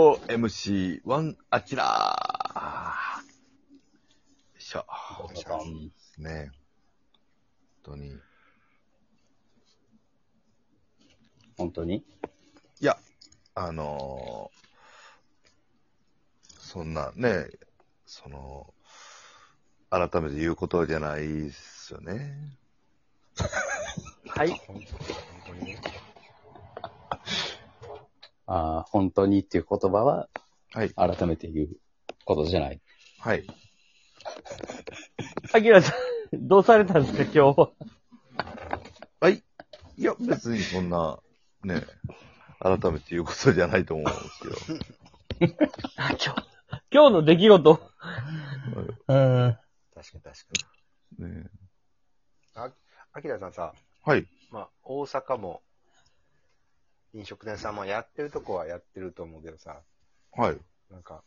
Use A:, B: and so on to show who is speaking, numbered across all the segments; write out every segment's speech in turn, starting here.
A: 4MC1 アキラー。よいしょ。
B: いしょ
A: ですね。本当に。い
B: 本当に
A: や、あのーそんなね、その、改めて言うことじゃないっすよね。
B: はい。ああ、本当にっていう言葉は
A: はい。
B: 改めて言うことじゃない。
A: はい。
C: アキラさん、どうされたんですか、今日。
A: はい。いや、別にそんな、ね、改めて言うことじゃないと思うんですけど。
C: 今日、 今日の出来事。うん。
D: 確かに確か
A: ね、
D: に。アキラさんさ、
A: はい。
D: まあ、大阪も、飲食店さんもやってるとこはやってると思うけどさ、
A: はい。
D: なんか、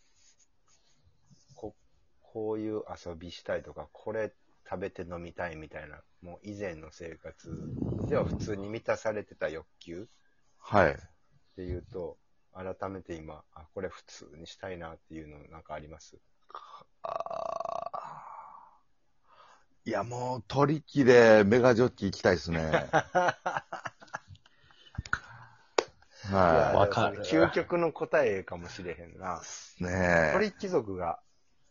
D: こ、こういう遊びしたいとか、これ食べて飲みたいみたいな、もう以前の生活では普通に満たされてた欲求
A: はい。
D: っていうと、改めて今、あ、これ普通にしたいなっていうのなんかあります
A: あーいや、もう、取り木でメガジョッキ行きたいです ね。は
B: わかる
D: いやでもそれ究極の答えかもしれへんな。
A: い。ね
D: 鳥
A: え。
D: 貴族が、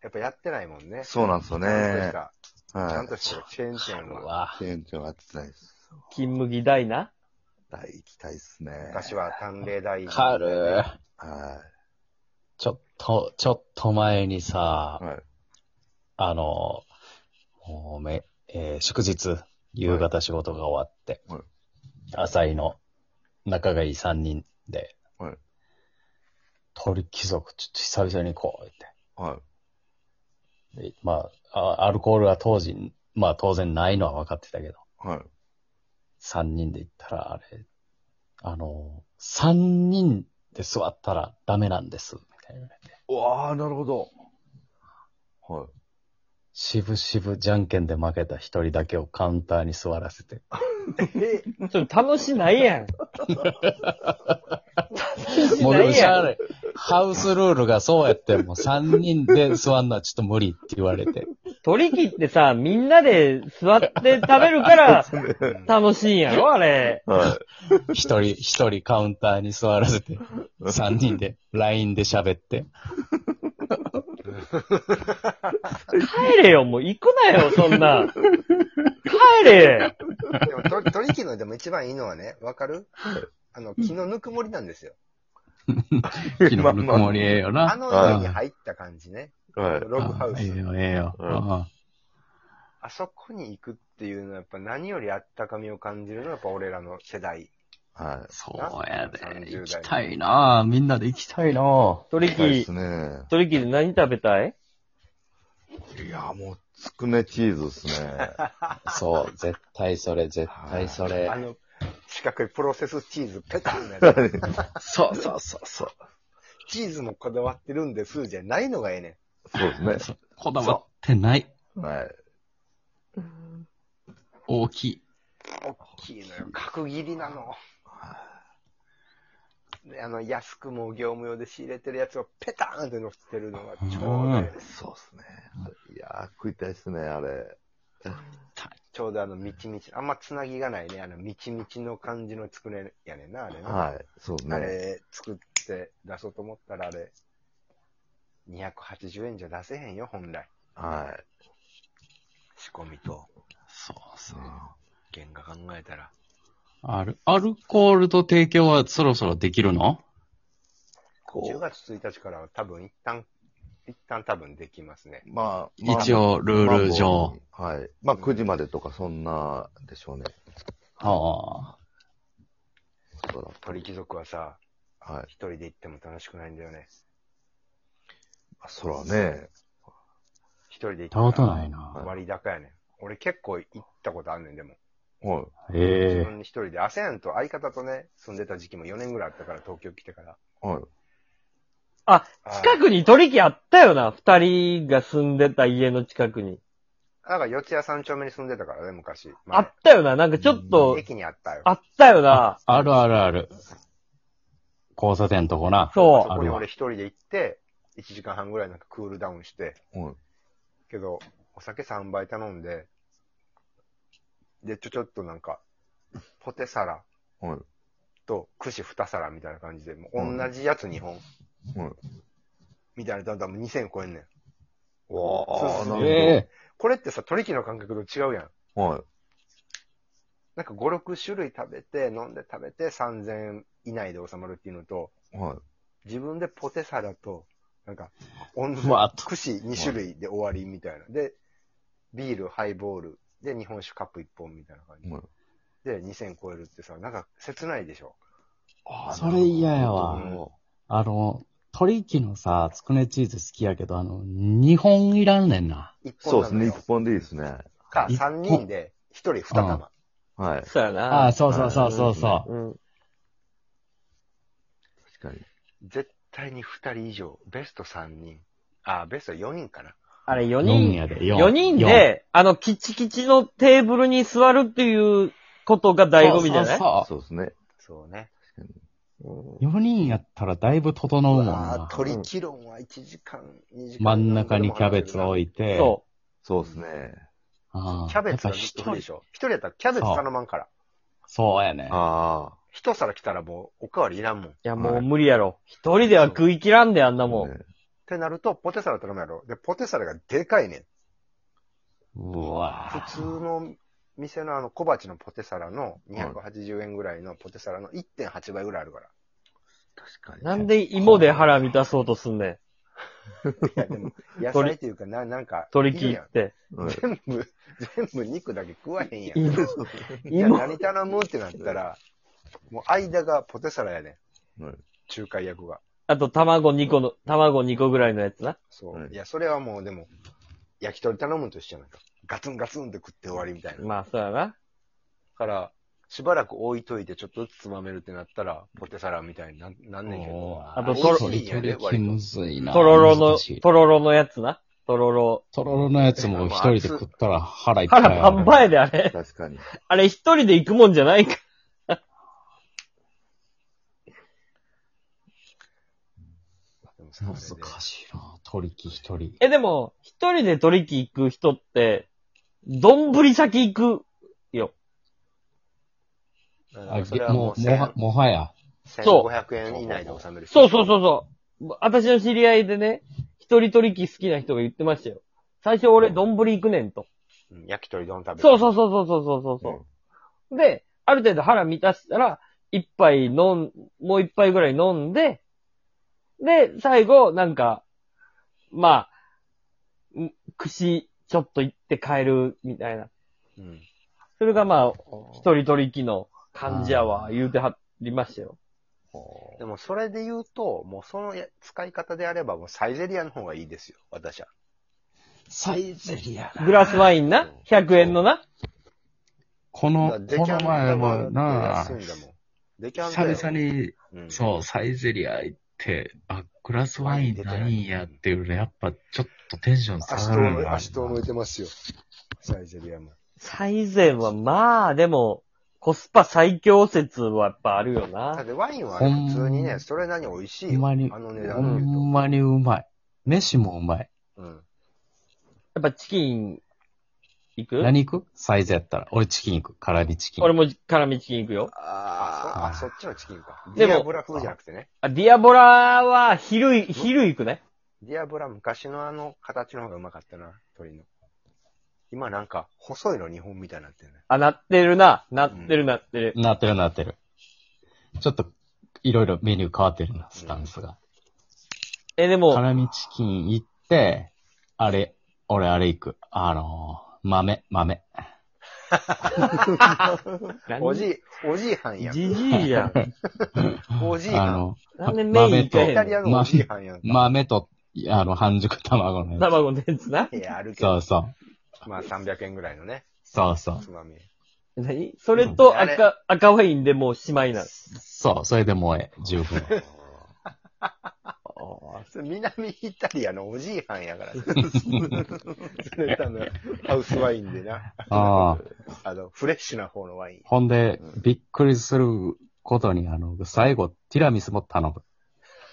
D: やっぱやってないもんね。
A: そうなんですよね。
D: ちゃんとした、ちゃ
A: は
D: ん
A: い。
D: としたチェーン店
B: う
D: は。
B: わ
A: 店長がやってないです。
C: 金麦ダイナ
A: 大行きたいですね。
D: 昔は探麗大臣
B: ぁ、カール、
A: は
B: ちょっと、ちょっと前にさ
A: い。、はい。
B: あの、もうめ、えー祝日、夕方仕事が終わって、
A: はい
B: 朝日の仲がいい3人で、
A: はい
B: 鳥貴族、ちょっと久々に行こうって。
A: は
B: でまああ、アルコールは当時、まあ当然ないのは分かってたけど、
A: い。はい。
B: 三人で行ったら、あれ、あの、三人で座ったらダメなんです、みたいな言われて。
A: うわあ、なるほど。はい。
B: しぶしぶじゃんけんで負けた一人だけをカウンターに座らせて。
D: え、
C: それ楽しないや ん。楽し
B: もう
C: な
B: でも
C: い
B: しゃ
C: や
B: あ
C: ん。
B: ない。ハウスルールがそうやって、もう三人で座んのはちょっと無理って言われて。
C: 取り切ってさ、みんなで座って食べる から
D: うん
C: 楽しいんやろ、あれ。
A: はい。
B: 一人、一人カウンターに座らせて、三人で LINE で喋 って。
C: 帰れよ、もう行くなよ、そんな。帰れ。
D: でも鳥鳥貴のでも一番いいのはね、わかるあの、気のぬくもりなんですよ。
B: 昨日のぬくもりええよ
D: あ
B: な。
D: の家に入った感じね。
A: はい。
D: ログハウ
B: あええ
D: ス。
B: よ、ええよ。
A: う
B: うんん
D: あそこに行くっていうのはやっぱ何よりあったかみを感じるのはやっぱ俺らの世代。
A: は
B: そうやで。
D: 30代
B: 行きたいなぁみんなで行きたいなぁ
C: 取
A: い。行
C: り
A: きたいで
C: 切
A: す、ね。
C: 取り切り何食べたい
A: いや、もう、つくねチーズですね。
B: そう、絶対それ、絶対それ
D: あ。の、四角いプロセスチーズペタンのやつ。
A: そうそうそうそう。
D: チーズもこだわってるんですじゃないのがええねん。
A: そうですね。
B: こだわってない。
A: はい。
B: 大きい。
D: 大きいのよ。角切りなの。であの、安くも業務用で仕入れてるやつをペターンって乗ってるのがちょうどいいです、
A: そうですね。いやー、食いたいですね、あれ。
D: ちょうどあの、みちみち、あんまつなぎがないね。あの、みちみちの感じのつくねやねんな、あれな。
A: はい。そうです
D: あ
A: ね。
D: れ、作って出そうと思ったらあれ、280円じゃ出せへんよ、本来。
A: は
D: 仕込みと、
B: そうそう。
D: 原価考えたら。
B: アル、アルコールと提供はそろそろできるの
D: 10月1日からは多分一旦、一旦多分できますね
A: い。。まあ、まあ
B: 一、応、ルール上。
A: まあ。はい。まあ、9時までとか、そんなでしょうね。
B: ああ。
A: そうだ
D: 鳥貴族はさ、
A: はい。
D: 一人で行っても楽しくないんだよね。
A: まあそらね。
D: 一人で行
B: 行
D: っ
B: ったたこと
D: ら
B: ないな。
D: 割高やねん。俺結構行ったことあんねん、でも。
A: はい。
D: 自
B: ええ
D: 分一人で、アセアンと相方とね、住んでた時期も4年ぐらいあったから、東京来てから。
A: はい。
C: あ、
D: あ
C: 近くに取り切りあったよな。二人が住んでた家の近くに。
D: なんか四谷三丁目に住んでたからね、昔。
C: あったよな。なんかちょ
A: た
C: っと、
D: 駅にあったよ。
C: あったよな。
B: あるあるある。交差点のとこな。
C: そう
D: そこに俺一人で行って、1時間半ぐらいなんかクールダウンして、
A: うん。
D: けど、お酒3杯頼んで、で、ちょちょっとなんか、ポテサラ
A: うん。
D: と串2皿みたいな感じで、も
A: うん
D: う同じやつ2本、
A: うん。
D: みたいな、だんだん2000超えんねん。
A: お
D: そうそう
A: ー、
D: そう
A: なる
B: ええ
D: これってさ、取引の感覚と違うやん。
A: ほど。はい。
D: なんか5、6種類食べて、飲んで食べて3000以内で収まるっていうのと、
A: はい。
D: 自分でポテサラと、なんか、おん
B: わーっと
D: 串2種類で終わりみたいな。で、ビール、ハイボール、で、日本酒カップ1本みたいな感じ。
A: はい。
D: で、2000超えるってさ、なんか切ないでしょ。
A: あー
B: それ嫌や
D: う
B: わ。
D: ん
B: あの、鳥貴のさ、つくねチーズ好きやけど、あの、2本いらんねんな。
D: 1
A: そ
D: 本
A: う
D: な
A: です
D: の
A: ね、
D: よ
A: 一。本でいいですね。
D: か、
B: 一
D: 3人で1人2玉。
B: うん
A: はい。
C: そうやな
B: ああ、そうそうそうそうそう。
C: うん。
A: 確かに。
D: 絶対に2人以上、ベスト3人。あ、ベスト4人かな。
C: あれ
B: 4
C: 4人
B: 人やで、
C: 4人で、あの、キチキチのテーブルに座るっていうことが醍醐味じゃない
B: そ
A: そうですね。
D: そうね。
C: うん
B: 4人やったらだいぶ整うもん
D: あ
B: な。
D: 鳥キロンは1時間、2時間。
B: 真ん中にキャベツを置
D: い
B: いて。
C: そ
A: そうですね。
B: ああ
D: キャベツ
B: や
D: は
B: っぱ
D: ずっ
B: 一
D: と不
B: 人
D: 利でしょ。一人やったらキャベツ頼まんから。
B: そうやね。
A: あ
D: 一皿来たらもうおかわりいらんもん。っ
C: いや、もう無理やろ。一人では食い切らんで、あんな
A: あ。
C: もん
A: ね。
D: てなると、ポテサラ頼むやろ。で、ポテサラがでかいねん。
B: うわぁ
D: 普通の店のあの小鉢のポテサラの280円ぐらいのポテサラの1.8倍ぐらいあるから。
A: 確かに。
C: なんで芋で腹満たそうとすんねん。
D: いや、でも、野菜っていうか、な、なんか、
C: 取り
D: いる
C: 切
D: やん
C: って。
A: はい
D: 全部、全部肉だけ食わへんやん。い
C: 芋、
D: や、
C: 芋、
D: 何頼むってなったら、もう間がポテサラやねん。
A: はい
D: 仲介役が。
C: あと卵2個の、卵2個ぐらいのやつな。
D: そう。
A: はい
D: い、や、それはもうでも、焼き鳥頼むと一緒やんか。ガツンガツンって食って終わりみたいな。だ
C: まあ、そうやな。
D: から、しばらく置いといてちょっとずつつまめるってなったら、ポテサラみたいになんなんねんけ
B: お
D: ど。
B: ー
C: あと
B: 一人
C: トロ
D: いいんやで
B: 鳥貴むずいな。
C: とろろの
B: 難しい、
C: とろろのやつな。とろろ。
B: とろろのやつも一人で食ったら腹いっぱいあ
C: 腹
B: る。
C: パンパンやで、あれ。
A: 確かに。
C: あれ一人で行くもんじゃないか。
D: でもそれで
B: 難しいな。鳥貴一人。
C: え、でも、一人で取り木行く人って、どんぶり先行く。
D: だか
B: あ
D: らそれ
B: げ
D: はも
B: も
D: う
B: う、もは、
D: 1000
B: もはや。
C: そう
D: 1500円以内で収める。
C: そうそう
D: う。
C: そうそう。私の知り合いでね、一人取り木好きな人が言ってましたよ。最初俺、どんぶり行くねんと。
D: うん焼き鳥丼食べ
C: そうそう
D: う。
C: そうそうそうそうそう。で、ある程度腹満たしたら、一杯飲ん、もう一杯ぐらい飲んで、で、最後、なんか、まあ、ん串、ちょっと行って帰る、みたいな。
D: うん。
C: それがまあ、一人取り木の感じやわ、言うてはりましたよ。
D: でもそれで言うと、もうそのや使い方であれば、もうサイゼリアの方がいいですよ、私は。
B: サイゼリア
C: グラスワインな ?100 円のな
B: こ
D: だ
B: の
D: から、デ
B: こ
D: キャ
B: の
D: ン
B: 前
D: タ
B: はな
D: 安いんだもん。デキャンタ
B: 久
D: やろ
B: 々に、
D: うん
B: そう、サイゼリア行って、あ、グラスワイン何やっていうの、やっぱちょっとテンション下
D: 足
B: が
D: と
B: る
D: 抜
B: ん
D: い
B: だ。
D: 足と抜いてますよ。サイゼリアも。
C: サイゼンはまあ、でも、コスパ最強説はやっぱあるよ
D: だっ
C: な。
D: てワインは
B: ほん
D: 普通にね、それなりに美味しい
B: ほん
D: よ。あ
B: まに
D: の
B: ほ
D: 値段で言うん
B: まにうまい。飯もうまい。
D: と。うん。
C: やっぱチキン、行く
B: 何行くサイズやったら。俺チキン行く。辛味チキン。
C: 俺も辛味チキン行くよ。
D: あ
A: あ
D: そあ、そっちのチキンか。
C: で
D: デ
C: も
D: ィアブラ風じゃなくてね。
C: あ、ディアボラは昼い、昼行くね。
D: ディアブラ昔のあの形の方がうまかったな、鳥の。今なんか、細いの日本みたいになってるね。
C: あ、なってるな。なってるなってる。
B: なってるなってる。ちょっと、いろいろメニュー変わってるな、スタンスが。
C: え、でも、
B: 辛味チキン行って、あれ、俺あれ行く。あのー、豆、豆。
C: 何
D: おじい、おじいはんやん。
C: じじいやん。
D: おじい
B: あ
D: はん。
B: の、
C: なんでメイン行か
D: イ
C: へん
D: タ
C: の
D: リアのおじいはんやんか。
B: 豆と、あの、半熟卵のやつ。
C: 卵のやつな。
D: いや、あるけ
B: そ
D: ど
B: う。そう。
D: まあ300円ぐらいのね、
B: そうそう。
D: つまみ。
C: 何それと
D: あれ
C: 赤、赤ワインでもうしまいなの。
B: そう、それでもうええ。十分。
D: それ南イタリアのおじいはんやから。それとあの、ハウスワインでな。
B: ああ。
D: あの、フレッシュな方のワイン。
B: ほんで、びっくりすることに、あの、最後、ティラミスも頼む。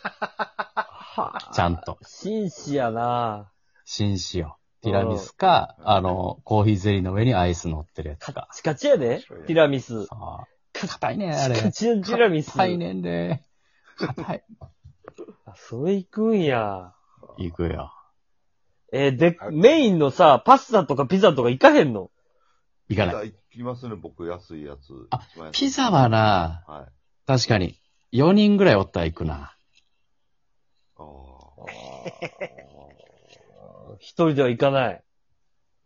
C: はあ
B: ちゃんと。
C: 紳士やな
B: 紳士よ。ティラミスか、
D: うん
B: あの、コーヒーゼリーの上にアイス乗ってるやつ
C: カッ
B: か。
C: チカチやで
D: そうや、
C: ティラミス。
B: さあ、
C: カッ
B: 硬いね、あ
C: チ
B: れ。
C: カチのティラミス。
B: 硬いねんで。硬い。
C: あそれ行くんや。
B: 行くよ。
C: えーで
D: あ、
C: メインのさ、パスタとかピザとか行かへんの
B: 行かない。
A: い。きますね、僕、安いやつ。
B: あ
A: 一番安い
B: ピザはな、
A: はい。
B: 確かに、4人ぐらいおったら行くな。
A: ああ。
C: 一人では行かない。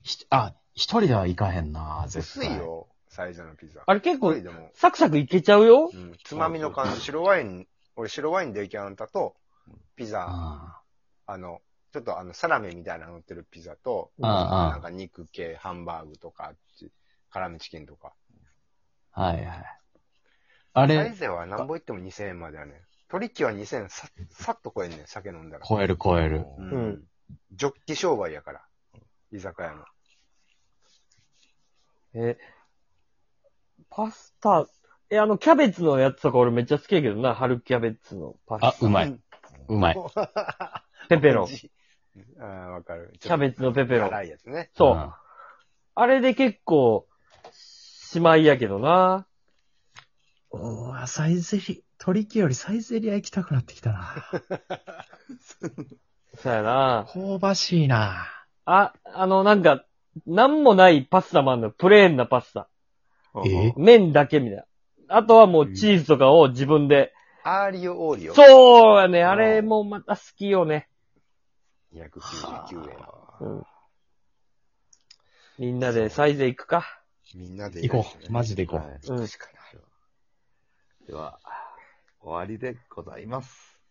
B: ひあ、一人では行かへんな、絶
D: 薄
B: 対。
D: いよ、サイズのピザ。
C: あれ結構
D: 薄い、でも、
C: サクサクいけちゃうよ
D: うん、つまみの感じ、白ワイン、俺白ワインデキャンタと、ピ
B: うん。
D: ザ、
B: あ
D: あの、ちょっとあの、サラメみたいなの乗ってるピザと、
B: あ、あ
D: なんか肉系、ハンバーグとか、あっち辛味チキンとか。
B: あ。はいはい。あ
D: サ
B: れ
D: イ、ゼは何ぼ行っても2000円までやねん。トリッキーは2000円さ、さっと超えんねん、酒飲んだら。
B: 超える超える。
A: う
D: うん
C: ん
D: ん。ジョッキ商売やから。居酒屋の。
C: え、パスタ、え、あの、キャベツのやつとか俺めっちゃ好きやけどな、春キャベツのパス
B: あ、
C: タ。
B: うまい。うまい。
C: ペペロン。
D: ああ、わかる。
C: キャベツのペペロン
D: 辛いやつね。
C: そう。
B: ん
C: あれで結構、しまいやけどな。
B: おー、サイゼリ、鳥木よりサイゼリア行きたくなってきたな。
C: そうやな。
B: 香ばしいな。
C: あ、あの、なんか、なんもないパスタもあんの。プレーンなパスタ。
B: え
C: 麺だけみたいな。あとはもうチーズとかを自分で。
D: アーリオオーリオ。
C: そうやね。あれもまた好きよね。
D: 299円。
C: うん。みんなでサイゼ行くか。
D: みんなで
B: 行こう。マジで行こう。
A: はい
C: うん。
A: では、終わりでございます。